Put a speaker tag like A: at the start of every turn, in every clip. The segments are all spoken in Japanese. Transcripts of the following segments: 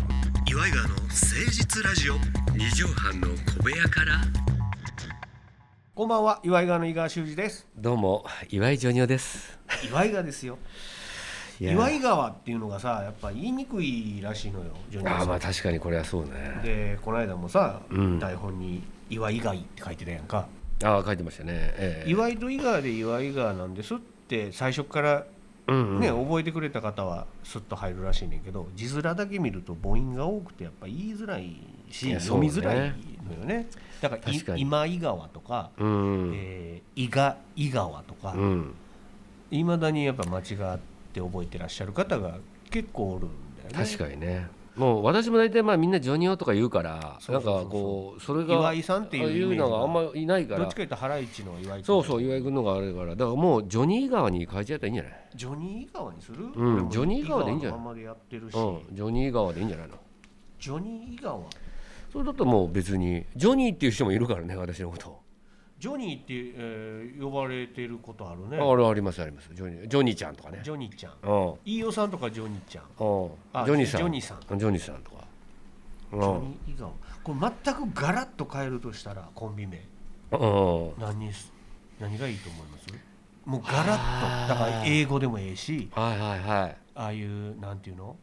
A: イガーの誠実ラジオ
B: 二畳半の小部屋から
C: こんばんは、岩井川の井川修司です。
B: どうも岩井ジョニオです
C: 岩井川です よ。
B: いや
C: 岩井川っていうのがさ、やっぱ言いにくいらしいのよ、ジョニ
B: あ
C: ー
B: あま
C: さ
B: あ確かにこれはそう
C: ん。
B: ね
C: で、この間もさ、
B: うん
C: 台本に岩井川って書いてたやんか。
B: ああ書いてましたね、ええ
C: 岩井と井川で岩井川なんですって、最初から
B: うんうん
C: ね、覚えてくれた方はスッと入るらしいねんけど、字面だけ見ると母音が多くてやっぱ言いづらいし、
B: いや
C: 読みづらいのよね。だからい
B: 確かに
C: 今井川とか、
B: うん
C: えー伊賀井川とか。
B: うん
C: いまだにやっぱ間違って覚えてらっしゃる方が結構おるんだよね
B: 確かにねもう私も大体まあみんなジョニオとか言うから
C: そうそうそうそう
B: なんかこうそれが
C: 岩井さんっていうイメージが
B: あのがあんまりいないか
C: どっ
B: ら
C: ちかというとハライチの岩井君
B: そうそう岩井君のがあるからだからもうジョニー川に変えちゃったらいいんじゃない
C: ジョニー井川にする、
B: ん
C: 俺も
B: ジョニー井川でいいんじゃな
C: 井川の
B: い
C: ままでやってるし、
B: うんジョニー川でいいんじゃないの
C: ジョニー井川
B: それだともう別にジョニーっていう人もいるからね私のこと
C: ジョニーって、えー呼ばれてることあるね
B: ああれありますありますジョニージョニーちゃんとかね
C: ジョニーちゃん
B: うんうん
C: 飯尾さんとかジョニーちゃんあ
B: ジョニーさん
C: ジョニーさん
B: ジョニーさんとかう
C: ジョニー井川これ全くガラッと変えるとしたらコンビ名
B: んうん
C: 何にす何がいいと思いますもうガラッ
B: あー
C: とだから英語でもええし
B: はいはいはい
C: ああいうなんていうの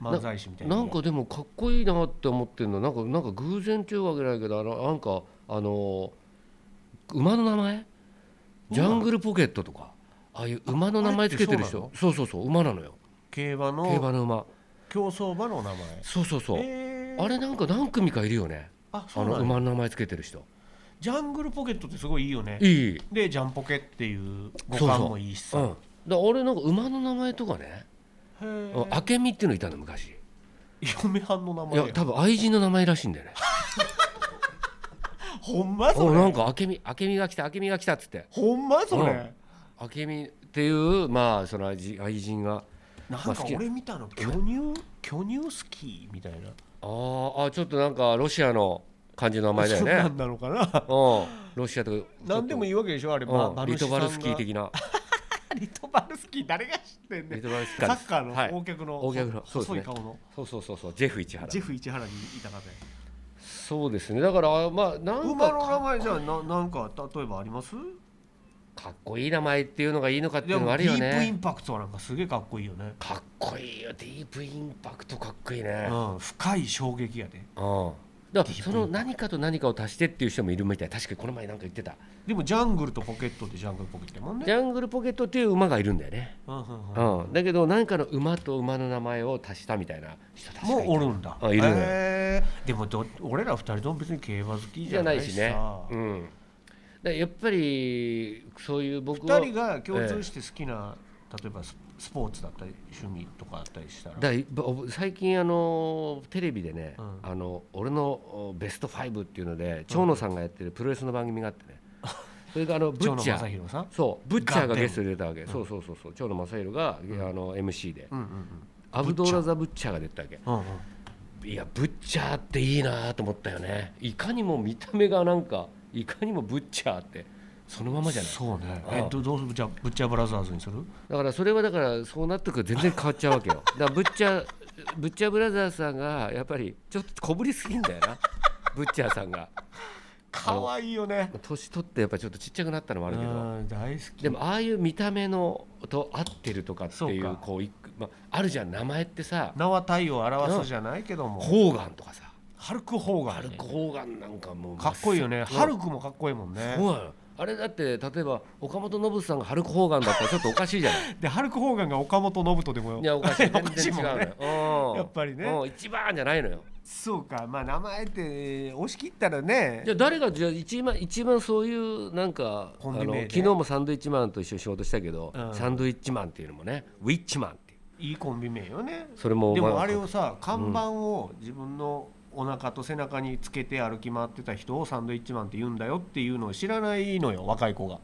C: 漫才師みたいな
B: なんかでもかっこいいなって思ってるのなんかなんか偶然っていうわけないけどあのなんかあのー馬の名前ジャングルポケットとかああいう馬の名前つけてる人そうそうそう馬なのよ
C: 競馬の
B: 競馬の馬
C: 競走馬の名前
B: そうそうそう
C: えー
B: あれなんか何組かいるよね
C: あそ
B: あ
C: う
B: の
C: なんや
B: 馬の名前つけてる人
C: ジャングルポケットってすごいいいよね
B: いいいい
C: でジャンポケっていう五
B: そうそう
C: 感もいいし
B: う
C: さ
B: んだ俺なんか馬の名前とかね
C: へ
B: うん
C: ー
B: 明美っていうのいたの昔
C: 嫁はんの名
B: い
C: 前
B: や
C: や
B: 多分愛人の名前らしいんだよね
C: ほんまそ
B: おなん
C: れ
B: か明美明美が来た明美が来たっつって
C: ほんまそ
B: うん
C: れ
B: 明美っていうまあその愛人愛人が
C: なん
B: ま
C: か
B: あ好きや
C: 俺見たの巨乳巨乳スキーみたいな
B: あーあちょっとなんかロシアの感じの名前だよ
C: そんな
B: ね
C: んなのかな
B: うんロシアとか
C: 何でもい
B: い
C: いわけでしょあれま
B: うん、
C: バ
B: リ
C: ルシ
B: ト
C: さんが
B: バルスキー的 な
C: リトバルスキー誰が知ってんね
B: リ
C: ん
B: トバルスキ
C: サ
B: ー
C: ッカーの
B: はい
C: 大脚の
B: 大脚のそうです
C: 細
B: ね
C: い顔の
B: そうそうそうそうジェフ市原
C: ジェフ市原にいた方や
B: そうですねだからまあなん
C: 馬
B: か
C: の名
B: か
C: 前じゃあななんか例えばあります
B: かっこいい名前っていうのがいいのかってい
C: で
B: うの
C: も
B: はある
C: ディ
B: よ
C: ープイ
B: ね
C: ンパクトはなんかすげえかっこいいよね、
B: かっこいいよディープインパクトかっこいいね
C: うん、深い衝撃やで
B: うん
C: ディープインパ
B: だから
C: クト
B: その何かと何かを足してっていう人もいるみたい確かにこの前なんか言ってた
C: でもジャングルとポケットでジャングルポケットやもん
B: ジ
C: ね、
B: ャングルポケットっていう馬がいるんだよね、
C: うんうんうん、
B: うん、だけど何かの馬と馬の名前を足したみたいな人たち
C: も
B: が
C: う
B: い
C: お
B: た
C: るんだ
B: あいるね
C: へーでもど俺ら二人とも別に競馬好き
B: じ
C: じゃ
B: ゃ
C: な
B: な
C: い
B: い
C: し
B: し
C: さ
B: ね、うん、でやっぱりそういう僕
C: 二
B: は
C: 人が共通して好きな、例えばススポーツだったり趣味とかあったりしたら
B: だいぼ最近あのテレビでね、
C: うん
B: あの俺のおベスト5っていうので長野さんがやってるプロレスの番組があってね、それがあ のブ
C: 長
B: ッ
C: 野
B: チャ
C: 正
B: ー
C: 弘さん
B: そうブッチャー
C: ガッ
B: が
C: テン
B: ゲストで出たわけ、そうそうそうそう長野正弘が、あの MC で、
C: うんうん
B: アブドーラ・ザ・ブッチャーが出てたわけ
C: うんうんうん
B: いやブッチャーっていいなと思ったよねいかにも見た目がなんかいかにもブッチャーってそのままじゃない
C: そうね
B: ああ
C: えどどうするじゃあブッチャーブラザーズにする
B: だからそれはだからそうなってくると全然変わっちゃうわけ よだからブッチャーブッチャーブラザーさんがやっぱりちょっと小ぶりすぎんだよなブッチャーさんが
C: 可愛いよね
B: 年取ってやっぱちょっとちっちゃくなったのもあるけど
C: うん大好き
B: でもああいう見た目のと合ってるとかってい
C: そううか
B: こういまあ、あるじゃん名前ってさ
C: 名は体を表すじゃないけども
B: ホーガンとかさ
C: ハルク・ホーガ
B: ハル
C: ンね
B: ク・ホーガンなんかもう
C: かっこいいよねハル
B: ク
C: クもかっこいいもんね
B: そうなのあれだって例えば岡本信さんがハルク・ホーガン だったらちょっとおかしいじゃない
C: でハルク・ホーガンが岡本信人でも
B: いやおかし い
C: おかしい
B: 全
C: もん
B: 然違うの
C: ね
B: よ、うん
C: やっぱりね
B: うん一番じゃないのよ
C: そうかまあ名前って押し切ったらね
B: じゃあ誰がじゃあ一番一番そういうなんかあ
C: コンビ名
B: の
C: で
B: 昨日もサンドイッチマンと一緒に仕事したけど、
C: うん
B: サンドイッチマンっていうのもねウィッチマンっていう
C: いいコンビ名よね
B: それも
C: で
B: ま
C: もあれをさ看板を自分のお腹と背中につけて歩き回ってた人をサンドイッチマンって言うんだよっていうのを知らないのよ若い子が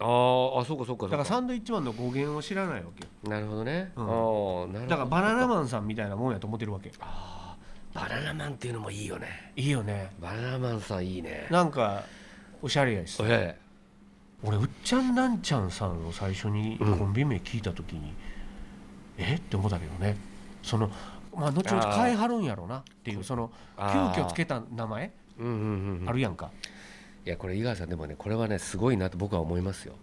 B: あーあそうかそうか
C: だか
B: そう
C: ら
B: か
C: サンドイッチマンの語源を知らないわけよ
B: なるほどね、
C: うん
B: あーなるほど
C: だからバナナマンさんみたいなもんやと思ってるわけ
B: あーバナナマンっていうのもいいよね
C: いいよね
B: バナナマンさんいいね
C: なんかおしゃれやしさ
B: え
C: 俺うっちゃんなんちゃんさんを最初にコンビ名聞いた時に、えって思ったけどねそのまあ、後々変えはるんやろうなっていうその急
B: あー
C: 遽つけた名前
B: うんうんうんうん
C: あるやんか
B: いやこれ井川さんでもねこれはねすごいなと僕は思いますよ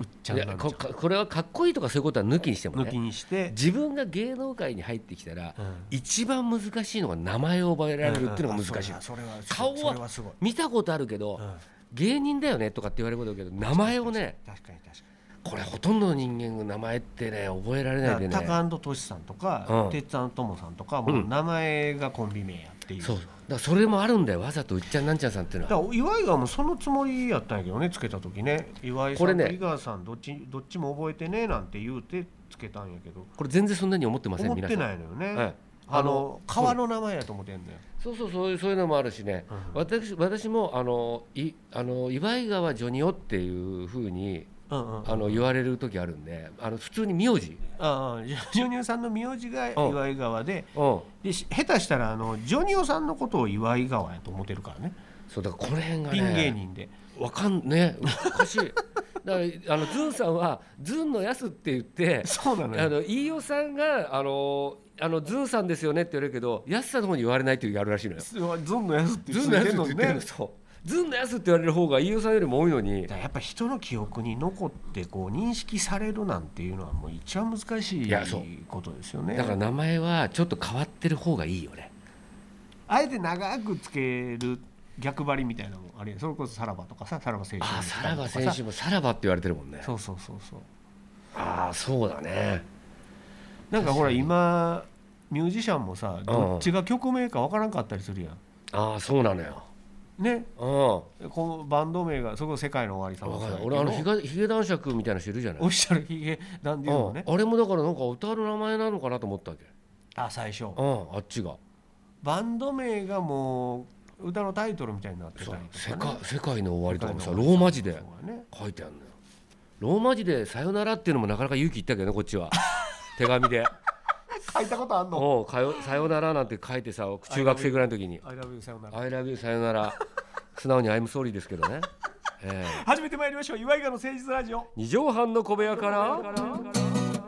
C: うっちゃん
B: い
C: な
B: や
C: んちゃん
B: こかこれはかっこいいとかそういうことは抜きにしても
C: 抜き
B: ね
C: にして、
B: 自分が芸能界に入ってきたら
C: うん
B: 一番難しいのが名前を覚えられるっていうのが難しい
C: うんうんそれはそれ
B: 顔は
C: それはすごい、
B: 見たことあるけど
C: うん
B: 芸人だよねとかって言われることあるけど名前をね
C: 確かに確かに
B: これほとんどの人間が名前ってね覚えられないで
C: だから
B: ね
C: タカトシさんとか、
B: うん
C: てっちゃんともさんとかもう名前がコンビ名やっていう、
B: そうだからそれもあるんだよわざとうっちゃんなんちゃんさんっていうの
C: だ
B: は
C: から岩井がもうそのつもりやったんやけどねつけた時ね岩井さ
B: これ
C: んと
B: ね
C: 井川さんどっちどっちも覚えてねえなんて言うてつけたんやけど
B: これ全然そんなに思ってません
C: 思っ
B: 皆
C: て
B: さん
C: ないのよね、
B: はい
C: あ
B: あ
C: の
B: の
C: 川の名前やと思ってんのよ、
B: そうそうそういうそういうのもあるしね、
C: うん
B: 私私もあのいあの岩井川ジョニオっていうふうに
C: うんうん、
B: あの言われる時あるんであの普通に名字、
C: ああジョニオさんの名字が
B: うん
C: 岩井川で
B: うん、
C: でし下手したらあのジョニオさんのことを岩井川やと思ってるからね
B: そうだからこの辺がね
C: ピン芸人で
B: わかんねお かしいだからあのズンさんはズンのやすって言って
C: そうなの
B: あ
C: よ
B: の飯尾さんがあのあのズンさんですよねって言われるけどやすさの方に言われないっていうのがあるらしいの よ
C: すごいゾンのやつって
B: ズ
C: つ
B: ンの
C: い
B: やす
C: てんの
B: って言ってる
C: ね
B: そうズンのやすって言われる方が飯尾さんよりも多いのに
C: だからやっぱ人の記憶に残ってこう認識されるなんていうのはもう一番難しい
B: いやそう
C: ことですよね
B: だから名前はちょっと変わってる方がいいよね
C: あえて長くつける逆張りみたいなのもあれやそれこそさらばとかささらば選手
B: あさらば選
C: さ
B: 手もさらばって言われてるもんね
C: そうそうそうそう
B: ああそうだね
C: なんかほら今ミュージシャンもさどっちが曲名かわからんかったりするや
B: ああそうなのよ
C: んね
B: う
C: このバンド名がそれこそ世界の終わりさん
B: ん
C: も
B: わか
C: そう
B: る
C: やけど
B: 俺あのひがひげ男爵みたいな人いるじゃない
C: オフィシャルヒゲダンディズムのね
B: うんあれもだからなんか歌の名前なのかなと思ったわけ
C: あ最初
B: うんあっちが
C: バンド名がもう歌のタイトルみたいになってたり
B: そ
C: と
B: う
C: かね
B: 世界世界の終わりとかもさ
C: 世界
B: ロ
C: の終
B: ー
C: わ
B: マ
C: り
B: 字
C: とか
B: で
C: もそうやね
B: 書いてあるのよローマ字で「さよなら」っていうのもなかなか勇気いったけどねこっ ちは手紙で
C: 書いたことあん
B: 「
C: の
B: おうかよさよなら」なんて書いてさ中学生ぐらいの時に
C: I love you さよ
B: 「
C: なら
B: I love you さよなら」素直に「I'm sorry」ですけどね、ええ
C: 始めてまいりましょう岩井川の誠実ラジオ
B: 二畳半の小部屋から。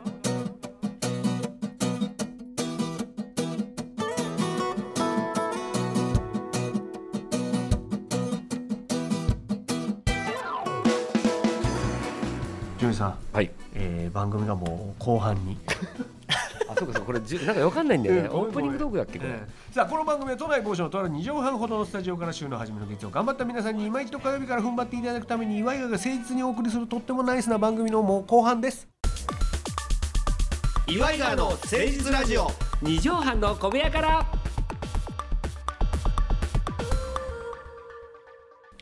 C: 純さん、
B: はい。
C: えー、番組がもう後半に
B: あ、そうか、そうかこれ、じゅなんかわかんないんだよね。
C: うんごめん
B: オープニングトークだっけ、これ。
C: ええさあこの番組は都内某所のとある2畳半ほどのスタジオから週の初めの月曜頑張った皆さんに今一度火曜日から踏ん張っていただくために岩井川が誠実にお送りするとってもナイスな番組のもう後半です
A: 岩井川の誠実ラジオ
B: 二畳半の小部屋から。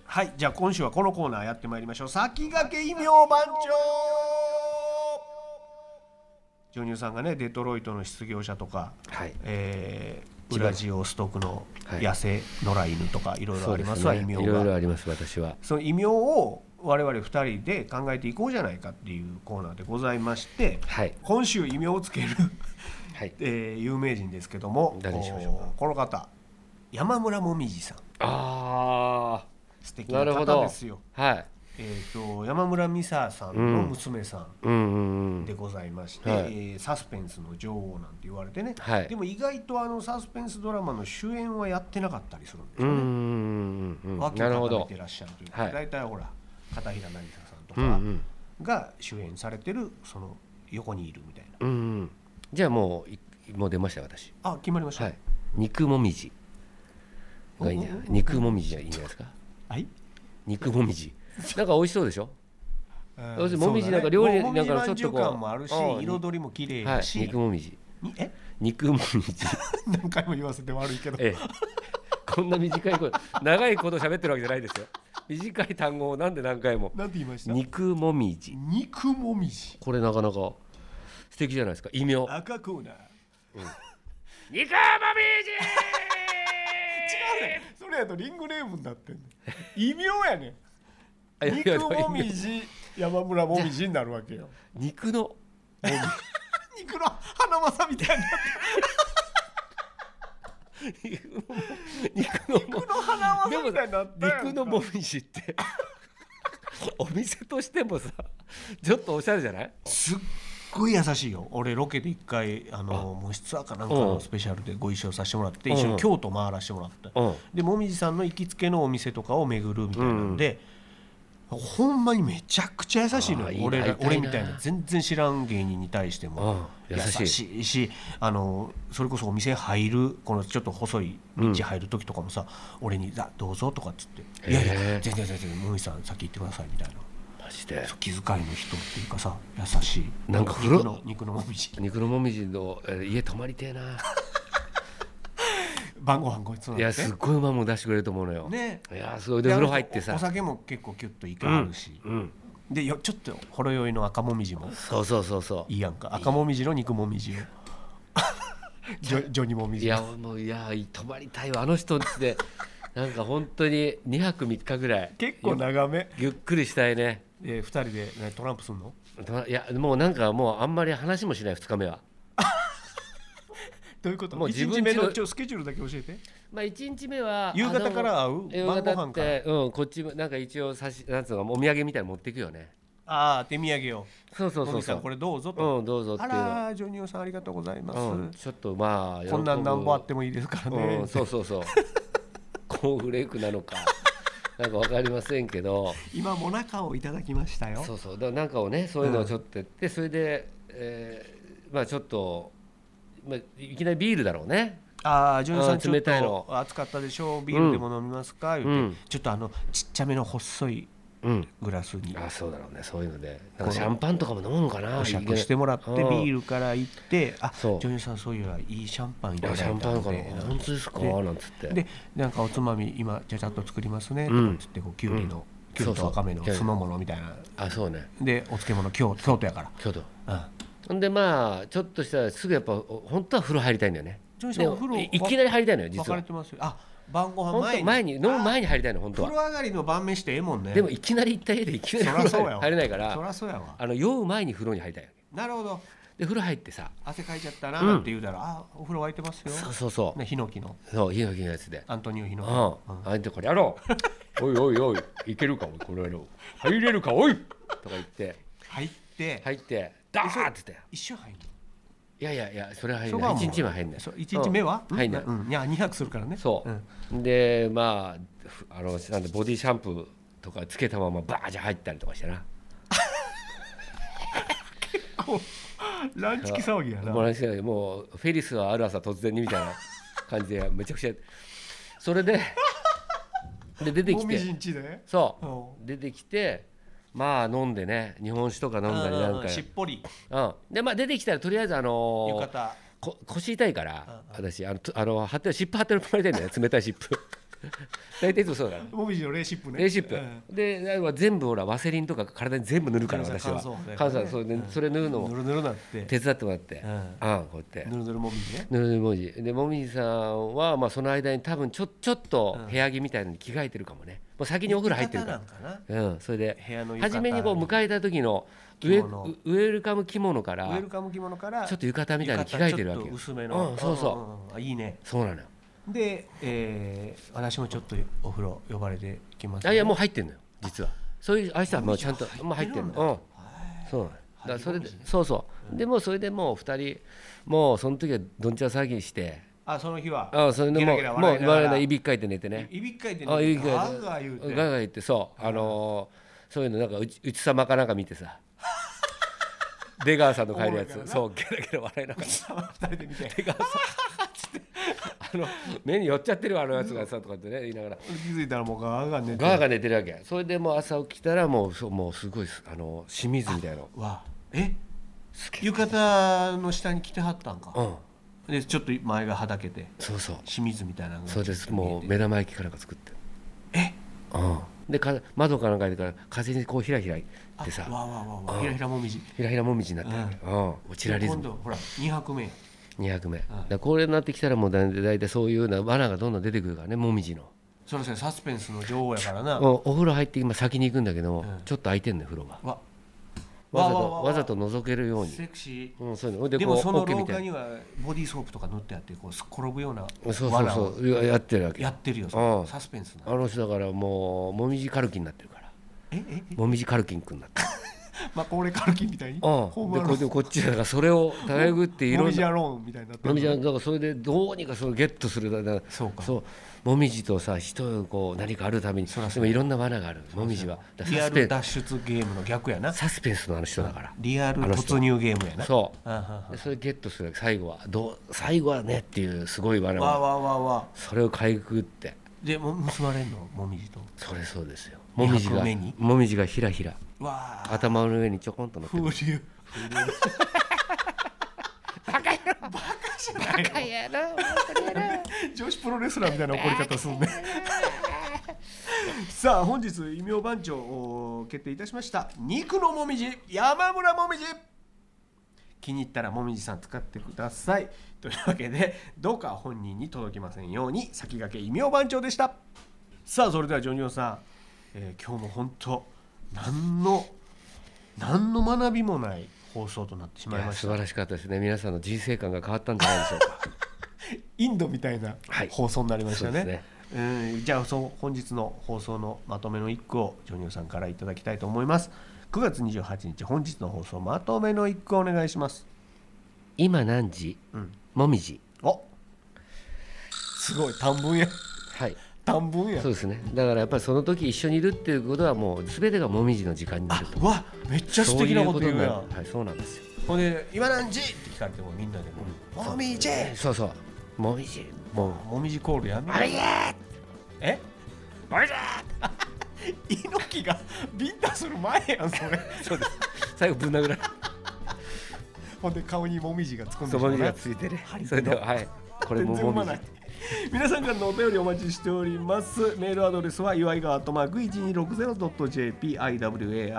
C: はいじゃあ今週はこのコーナーやってまいりましょう先駆け異名番長ジョニオさんがねデトロイトの失業者とか、
B: はい。
C: えー、
B: 千
C: ウ
B: 葉
C: ラジオストクの
B: はい
C: 野生野良犬とかいろいろあります
B: そ
C: わ、
B: うです
C: 異
B: ね
C: 名
B: いろい
C: が
B: ろあります、私は。
C: その異名を我々2人で考えていこうじゃないかっていうコーナーでございまして
B: はい。
C: 今週異名をつける、
B: はい。
C: えー有名人ですけども
B: 誰にしましょうか
C: おこの方山村もみじさん
B: あ
C: 素敵
B: あ。
C: な
B: なるほ
C: 方
B: ど。
C: ですよ、
B: はい。
C: えー、と山村美沙さんの娘さん
B: うんうんう
C: で
B: ん。
C: ございまして、
B: はい
C: えーサスペンスの女王なんて言われてね、
B: はい
C: でも意外とあのサスペンスドラマの主演はやってなかったりするんです
B: う
C: よ
B: ん
C: ね、
B: うんうんうん。
C: 脇
B: な
C: を
B: るほ
C: 固めて。
B: ど
C: らっしゃるというか、
B: はい
C: 大体ほら片平成田さんと
B: うんう
C: か
B: ん。
C: が主演されてるその横にいるみたいな
B: うんうん。じゃあ、もうい、もう出ました、私。
C: あ決まりました
B: はい。肉もみじ。がいいんじゃない。肉もみじがいいんじゃないですか。
C: はい、
B: 肉もみ じ。なんか美味しそうでしょ。
C: うん
B: 要するにもみじなんか料理なんかのちょ
C: もみじまん
B: っとこう
C: じゅう感もあるし
B: うん
C: 彩りも綺麗
B: は
C: だ
B: い。
C: し、
B: 肉もみじ。
C: にえ
B: 肉もみじ。
C: 何回も言わせて悪いけど
B: ええ、こんな短いこと長いこと喋ってるわけじゃないですよ短い単語をなんで何回も
C: なんて言いました
B: 肉もみじ
C: 肉もみじ
B: これなかなか素敵じゃないですか異名肉も
C: 赤コーナー違
B: みじ
C: うねんそれやとリングネームになってんねん異名やね
B: あい
C: ん
B: やいや
C: 肉もみじ山村もみじになるわけよ
B: 肉の
C: 肉の花正みたいな
B: 肉のも
C: 肉の花
B: で
C: 正
B: も
C: みたいになったやんか
B: 肉のもみじって お店としてもさちょっとおしゃれじゃない
C: すっごい優しいよ俺ロケで一回あのもうツアーかなんか
B: う
C: の
B: ん
C: スペシャルでご一緒させてもらって
B: うん
C: 一緒に京都回らせてもらって
B: うん
C: でもみじさんの行きつけのお店とかを巡るみたいなんで、ほんまにめちゃくちゃ優しいの
B: あーいい
C: よ俺
B: な
C: ら
B: 会いたいな
C: 俺みたいな全然知らん芸人に対しても
B: うん
C: 優
B: 優しい
C: しいしあのそれこそお店入るこのちょっと細い道入る時とかもさ、俺に「あどうぞ」とかっつって「いやいや
B: へー
C: 全然全然もみじさん先行ってください」みたいな
B: マジで
C: そう気遣いの人っていうかさ優しい
B: なんか風呂
C: 肉の肉のもみじ
B: 肉のもみじの、えー家泊まりてえな
C: 晩ご飯ごちそう
B: い
C: にな
B: や
C: って
B: すっごいうまいもん出してくれると思うのよ、
C: ね
B: いやそれで風呂入って
C: お
B: さ
C: お酒も結構キュッといかはるし、
B: うん
C: でよちょっとほろ酔いの赤もみじも
B: そうそうそうそう
C: いいやんか赤もみじの肉も みじをジョジョニもみ
B: い
C: じ
B: やもういや泊まりたいわあの人んちでなんか本当に2泊3日ぐらい
C: 結構長め
B: ゆっくりしたいね
C: えー、2人で、ね、トランプすんの
B: といやもうなんかもうあんまり話もしない2日目は
C: どういうこと
B: もう
C: 一
B: 自分
C: 日目
B: ち
C: の
B: の
C: ちょスケジュールだけ教えて
B: まあ1日目は
C: 夕方から会う
B: あの夕方って
C: 晩ご飯から
B: うんこっちもなんか一応差しなんつうのお土産みたいに持っていくよね
C: ああ手土産を
B: そうそう
C: も
B: そう
C: み
B: そ
C: さん
B: う
C: これどうぞと、
B: うんどうぞって
C: あ
B: いうの
C: らージョニオさんありがとうございます、
B: うん、ちょっとまあ
C: こんなんなんぼあって
B: も
C: もいいですからね、
B: うん、そうそ うそうコーンフレークなのかなんかわかりませんけど
C: 今もなかをいただきましたよ
B: そうそうだからなんかをねそういうのをちょっとやって、それで、えーまあちょっと、まあ、いきなりビールだろうね
C: ああジョニオさ
B: あ
C: ん
B: ー
C: ちょっ
B: 冷たいの
C: と暑かったでしょうビールでも飲みますか、言
B: う
C: って
B: ん
C: ちょっとあのちっちゃめの細い
B: うん
C: グラスに
B: あそうだろうねそういうのでな
C: この
B: んかシャンパンとかも飲むのかな
C: お酌してもらってビー
B: ル
C: ルから行ってあジ
B: そう
C: ョニオさんそういうはいいシャンパンい
B: シ
C: ただいた
B: ャンパンかな
C: のでなんて
B: 本当ですか
C: で
B: なんつって
C: でなんかおつまみ今ちゃちゃっと作りますねと
B: う
C: かっ
B: ん
C: つってこうきゅうりのきゅうりと
B: そうそう
C: わかめの
B: きゅうり
C: 酢の物みたいな
B: あそうね
C: でお漬物京京都やか
B: 京都
C: らうん
B: ほんでまあちょっとしたらすぐやっぱお本当は風呂入りたいんだよね
C: ジョニオさん
B: で
C: お風呂
B: いいきなり入りたいのよ
C: 分
B: 実
C: かれ
B: は
C: てますよあ晩ご
B: 本
C: 飯
B: 当前
C: 前に
B: に飲む前に入りたいの本当
C: 風呂
B: は
C: 上がりの晩飯ってええもんね
B: でもいきなり行った家でいきなり
C: そら
B: 風
C: そうや
B: 呂
C: わ
B: 入れないか
C: そ
B: ら
C: らそうやわ
B: あの酔う前に風呂に入りたいわけ
C: なるほど
B: で風呂入ってさ
C: 汗かいちゃったなって言うたら、あお風呂沸いてますよ
B: そうそうそう
C: ねヒノキの
B: そういいのいいのやつで
C: アントニオヒ
B: う
C: ノ
B: ん
C: キ
B: あんたこれやろうおいおいおいいけるかおいこれやろう入れるかおいとか言って
C: 入って、
B: 入ってダーって言っ
C: 一瞬入る
B: ていやいやいやそれは入
C: そ
B: ん
C: こ
B: な
C: はいもう
B: 一日目は入んない
C: そう一日目は、
B: うん入んない
C: うん、いや二泊するからね
B: そう、
C: ん
B: でまあふあのなんでボディシャンプーとかつけたままバーじゃ入ったりとかしてな
C: ランチキ騒ぎやな
B: もうなんかもうフェリスはある朝突然にみたいな感じ でめちゃくちゃそれでで出てき
C: もみじ
B: て
C: んちで
B: そう出てきてまあ飲んでね日本酒とか飲んだりなん
C: う
B: か
C: しっぽり
B: うん、でまあ出てきたらとりあえずあのー
C: 浴衣
B: こ腰痛いから、私あのとあの貼ってる湿布貼ってるまりたいん だよね冷たい湿布大体いつもそうだから
C: もみじのレーシップね
B: レーシップ、
C: うん
B: であの全部ほらワセリンとか体に全部塗るから
C: 乾
B: 私
C: 燥
B: は
C: 乾燥
B: 乾燥それ,、
C: うん
B: それ塗るの
C: ぬ
B: も
C: るぬるなって
B: 手伝ってもらって、
C: う
B: うんん、あこうやって
C: ぬるぬるもみじね
B: 塗る文字でもみじさんは、まあ、その間に多分ちょちょっと部屋着みたいのに着替えてるかもねもう先にお風呂入ってるから
C: 浴衣なんか
B: うん、それで
C: 部屋の浴衣
B: 初めにこう迎えた時のウ
C: 着
B: ェ
C: 物
B: ウェルカム着物か
C: なウ
B: ら
C: ェルカム着物から
B: ちょっと浴衣みたいに着替えてるわけ
C: 浴衣ちょ
B: よ
C: っと薄めの、
B: うん、そうそう、
C: んうんうんあいいね
B: そうなのよ
C: で、えー、私もちょっとお風呂呼ばれてきます、
B: あいやもう入ってんのよ実はそういうあいつはもうちゃんともう
C: 入
B: 入
C: っ
B: ってて
C: る
B: ん
C: んだ
B: のうんそうなのよだからそれでそうそうでもうそれでもう二人もうその時はどんちゃん騒ぎして
C: あその日は
B: あそれでもうもう言われないいびっかいて寝てね
C: いびっかいて
B: あいいか
C: ガーガー言うて
B: ガーガー言ってそうあのーそういうのなんかうちうち様かなんか見て さ出川さんの帰るや
C: おもろいから
B: つ
C: な
B: そうゲラゲラ笑いながら
C: 二人で見て
B: 出川さんあの目に寄っちゃってるわあのやつがさとかってね言いながら
C: 気づいたらもうガーガー寝て
B: ガーガー寝てるわけそれでもう朝起きたらもうそうもうすごいすあの清水みたいな
C: わえ
B: すげえ
C: 浴衣の下に着てはったんか
B: うん
C: でちょっと前がはだけて
B: そうそう
C: 清水みたいなのが
B: そうですもう目玉焼きかなんか作って
C: え
B: うんでか窓かなんか開いてから風にこうひらひらい
C: あ
B: ってさ
C: わわわわひらひらもみじ
B: ひらひらもみじになってるわけうんもうチラリズ
C: 今
B: ム
C: 度ほら二拍目
B: 200名、だからこれになってきたらもうだい大体そういうような罠がどんどん出てくるからねもみじの、
C: そろそろサスペンスの女王やからな
B: うんお風呂入って今先に行くんだけども、
C: うん
B: ちょっと空いてんね風呂が
C: わ
B: わざと
C: わわわわ
B: わざと覗けるように、
C: セクシ
B: うん、そういうの
C: ー
B: で
C: で
B: こ
C: も
B: う
C: その
B: オッケー
C: 廊
B: みた
C: 下
B: い
C: にはボディーソープとか塗ってあってこうすっ転ぶような
B: なそうそう
C: 罠
B: そ
C: を
B: うややってるわけ
C: やってるよ
B: うん
C: サスペンスな
B: あの人だからもうもみじカルキになってるから
C: えええ
B: もみじカルキンくんになってる
C: まあ高齢化の金みたいに
B: うん
C: ホーム
B: で
C: アロ
B: こで
C: ーン
B: こっちだからそれを耐えぐってい
C: モ
B: ろ
C: ミ
B: ん
C: ジ
B: な
C: アローンみたいになって
B: もみじゃ
C: る
B: んからそれでどうにかそれをゲットするだだ
C: そうか
B: そうもみじとさ人をこう何かあるために
C: そらそう
B: でもいろんな罠があるもみじはだから
C: リ
B: サ
C: ア
B: スペ
C: ル
B: ン
C: 脱出ゲームの逆やな
B: サスペンスのあの人だから
C: リアル突入ゲームやな
B: そ
C: あはは
B: うでそれゲットする最後はどう最後はねっていうすごい罠
C: わあ
B: が
C: わあわあわあ
B: それをかいくぐって
C: でも結ばれんのもみじと
B: それそうですよもみじが
C: 二拍目に
B: もみじがひらひら
C: わあ
B: 頭の上にちょこんと乗って
C: 風流 女子プロレスラーみたいな怒り方するね さあ本日異名番長を決定いたしました肉のもみじ山村もみじ気に入ったらもみじさん使ってくださいというわけでどうか本人に届きませんように先駆け異名番長でしたさあそれではジョニオさん、えー今日も本当何の何の学びもない放送となってし
B: い
C: まい
B: や
C: まし
B: 素
C: た
B: 晴らしかったですね皆さんの人生観が変わったんじゃないでしょうか
C: インドみたいな
B: はい
C: 放送になりました
B: そう
C: ね。
B: ですね
C: うんじゃあそう本日の放送のまとめの一句をジョニオさんからいただきたいと思います。9月28日本日の放送まとめの一句お願いします。
B: 今何時
C: うん。
B: もみじ
C: お、すごい短文や
B: はい
C: 短文や
B: そう。ですねだからやっぱりその時一緒にいるっていうことはもう全てがもみじの時間にな
C: あ
B: ると、
C: うわ、めっちゃ素
B: そう
C: 敵
B: い
C: な
B: う
C: こ
B: こととに
C: 言う
B: な
C: や
B: る
C: ん。
B: はいそうなんですよ
C: ほんで今何時って聞かれてもみんなでももみじ。
B: そうそうもみじもう
C: もみじコールやめ。
B: あれや
C: え？ あれだ。猪木がビンタする前やんそれ。
B: そうです最後ぶん殴られる
C: ほんで顔にもみじがつくんでし
B: そ
C: ょ
B: ばみ
C: う
B: じが
C: ね。
B: ついてね
C: 針の
B: それでははいこれ
C: 全
B: も
C: 然
B: も
C: 読ま
B: み
C: な
B: じ
C: い。皆さんからのお便りお待ちしております。メールアドレスは岩井川とマーク 1260.jp、iwaigawa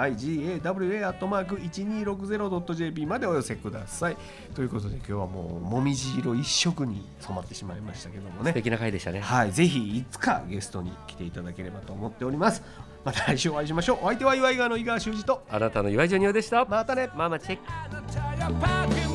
C: アットマーク 1260.jp までお寄せください。ということで今日はもうもみじ色一色に染まってしまいましたけども
B: 素
C: ね。
B: 敵な回でしたね
C: はい、ぜひいつかゲストに来ていただければと思っております。また来週お会いしましょう。お相手は岩井川の井川修司と。
B: あなたの岩井ジョニオでした
C: またね。
B: ママチェック
D: tired of you.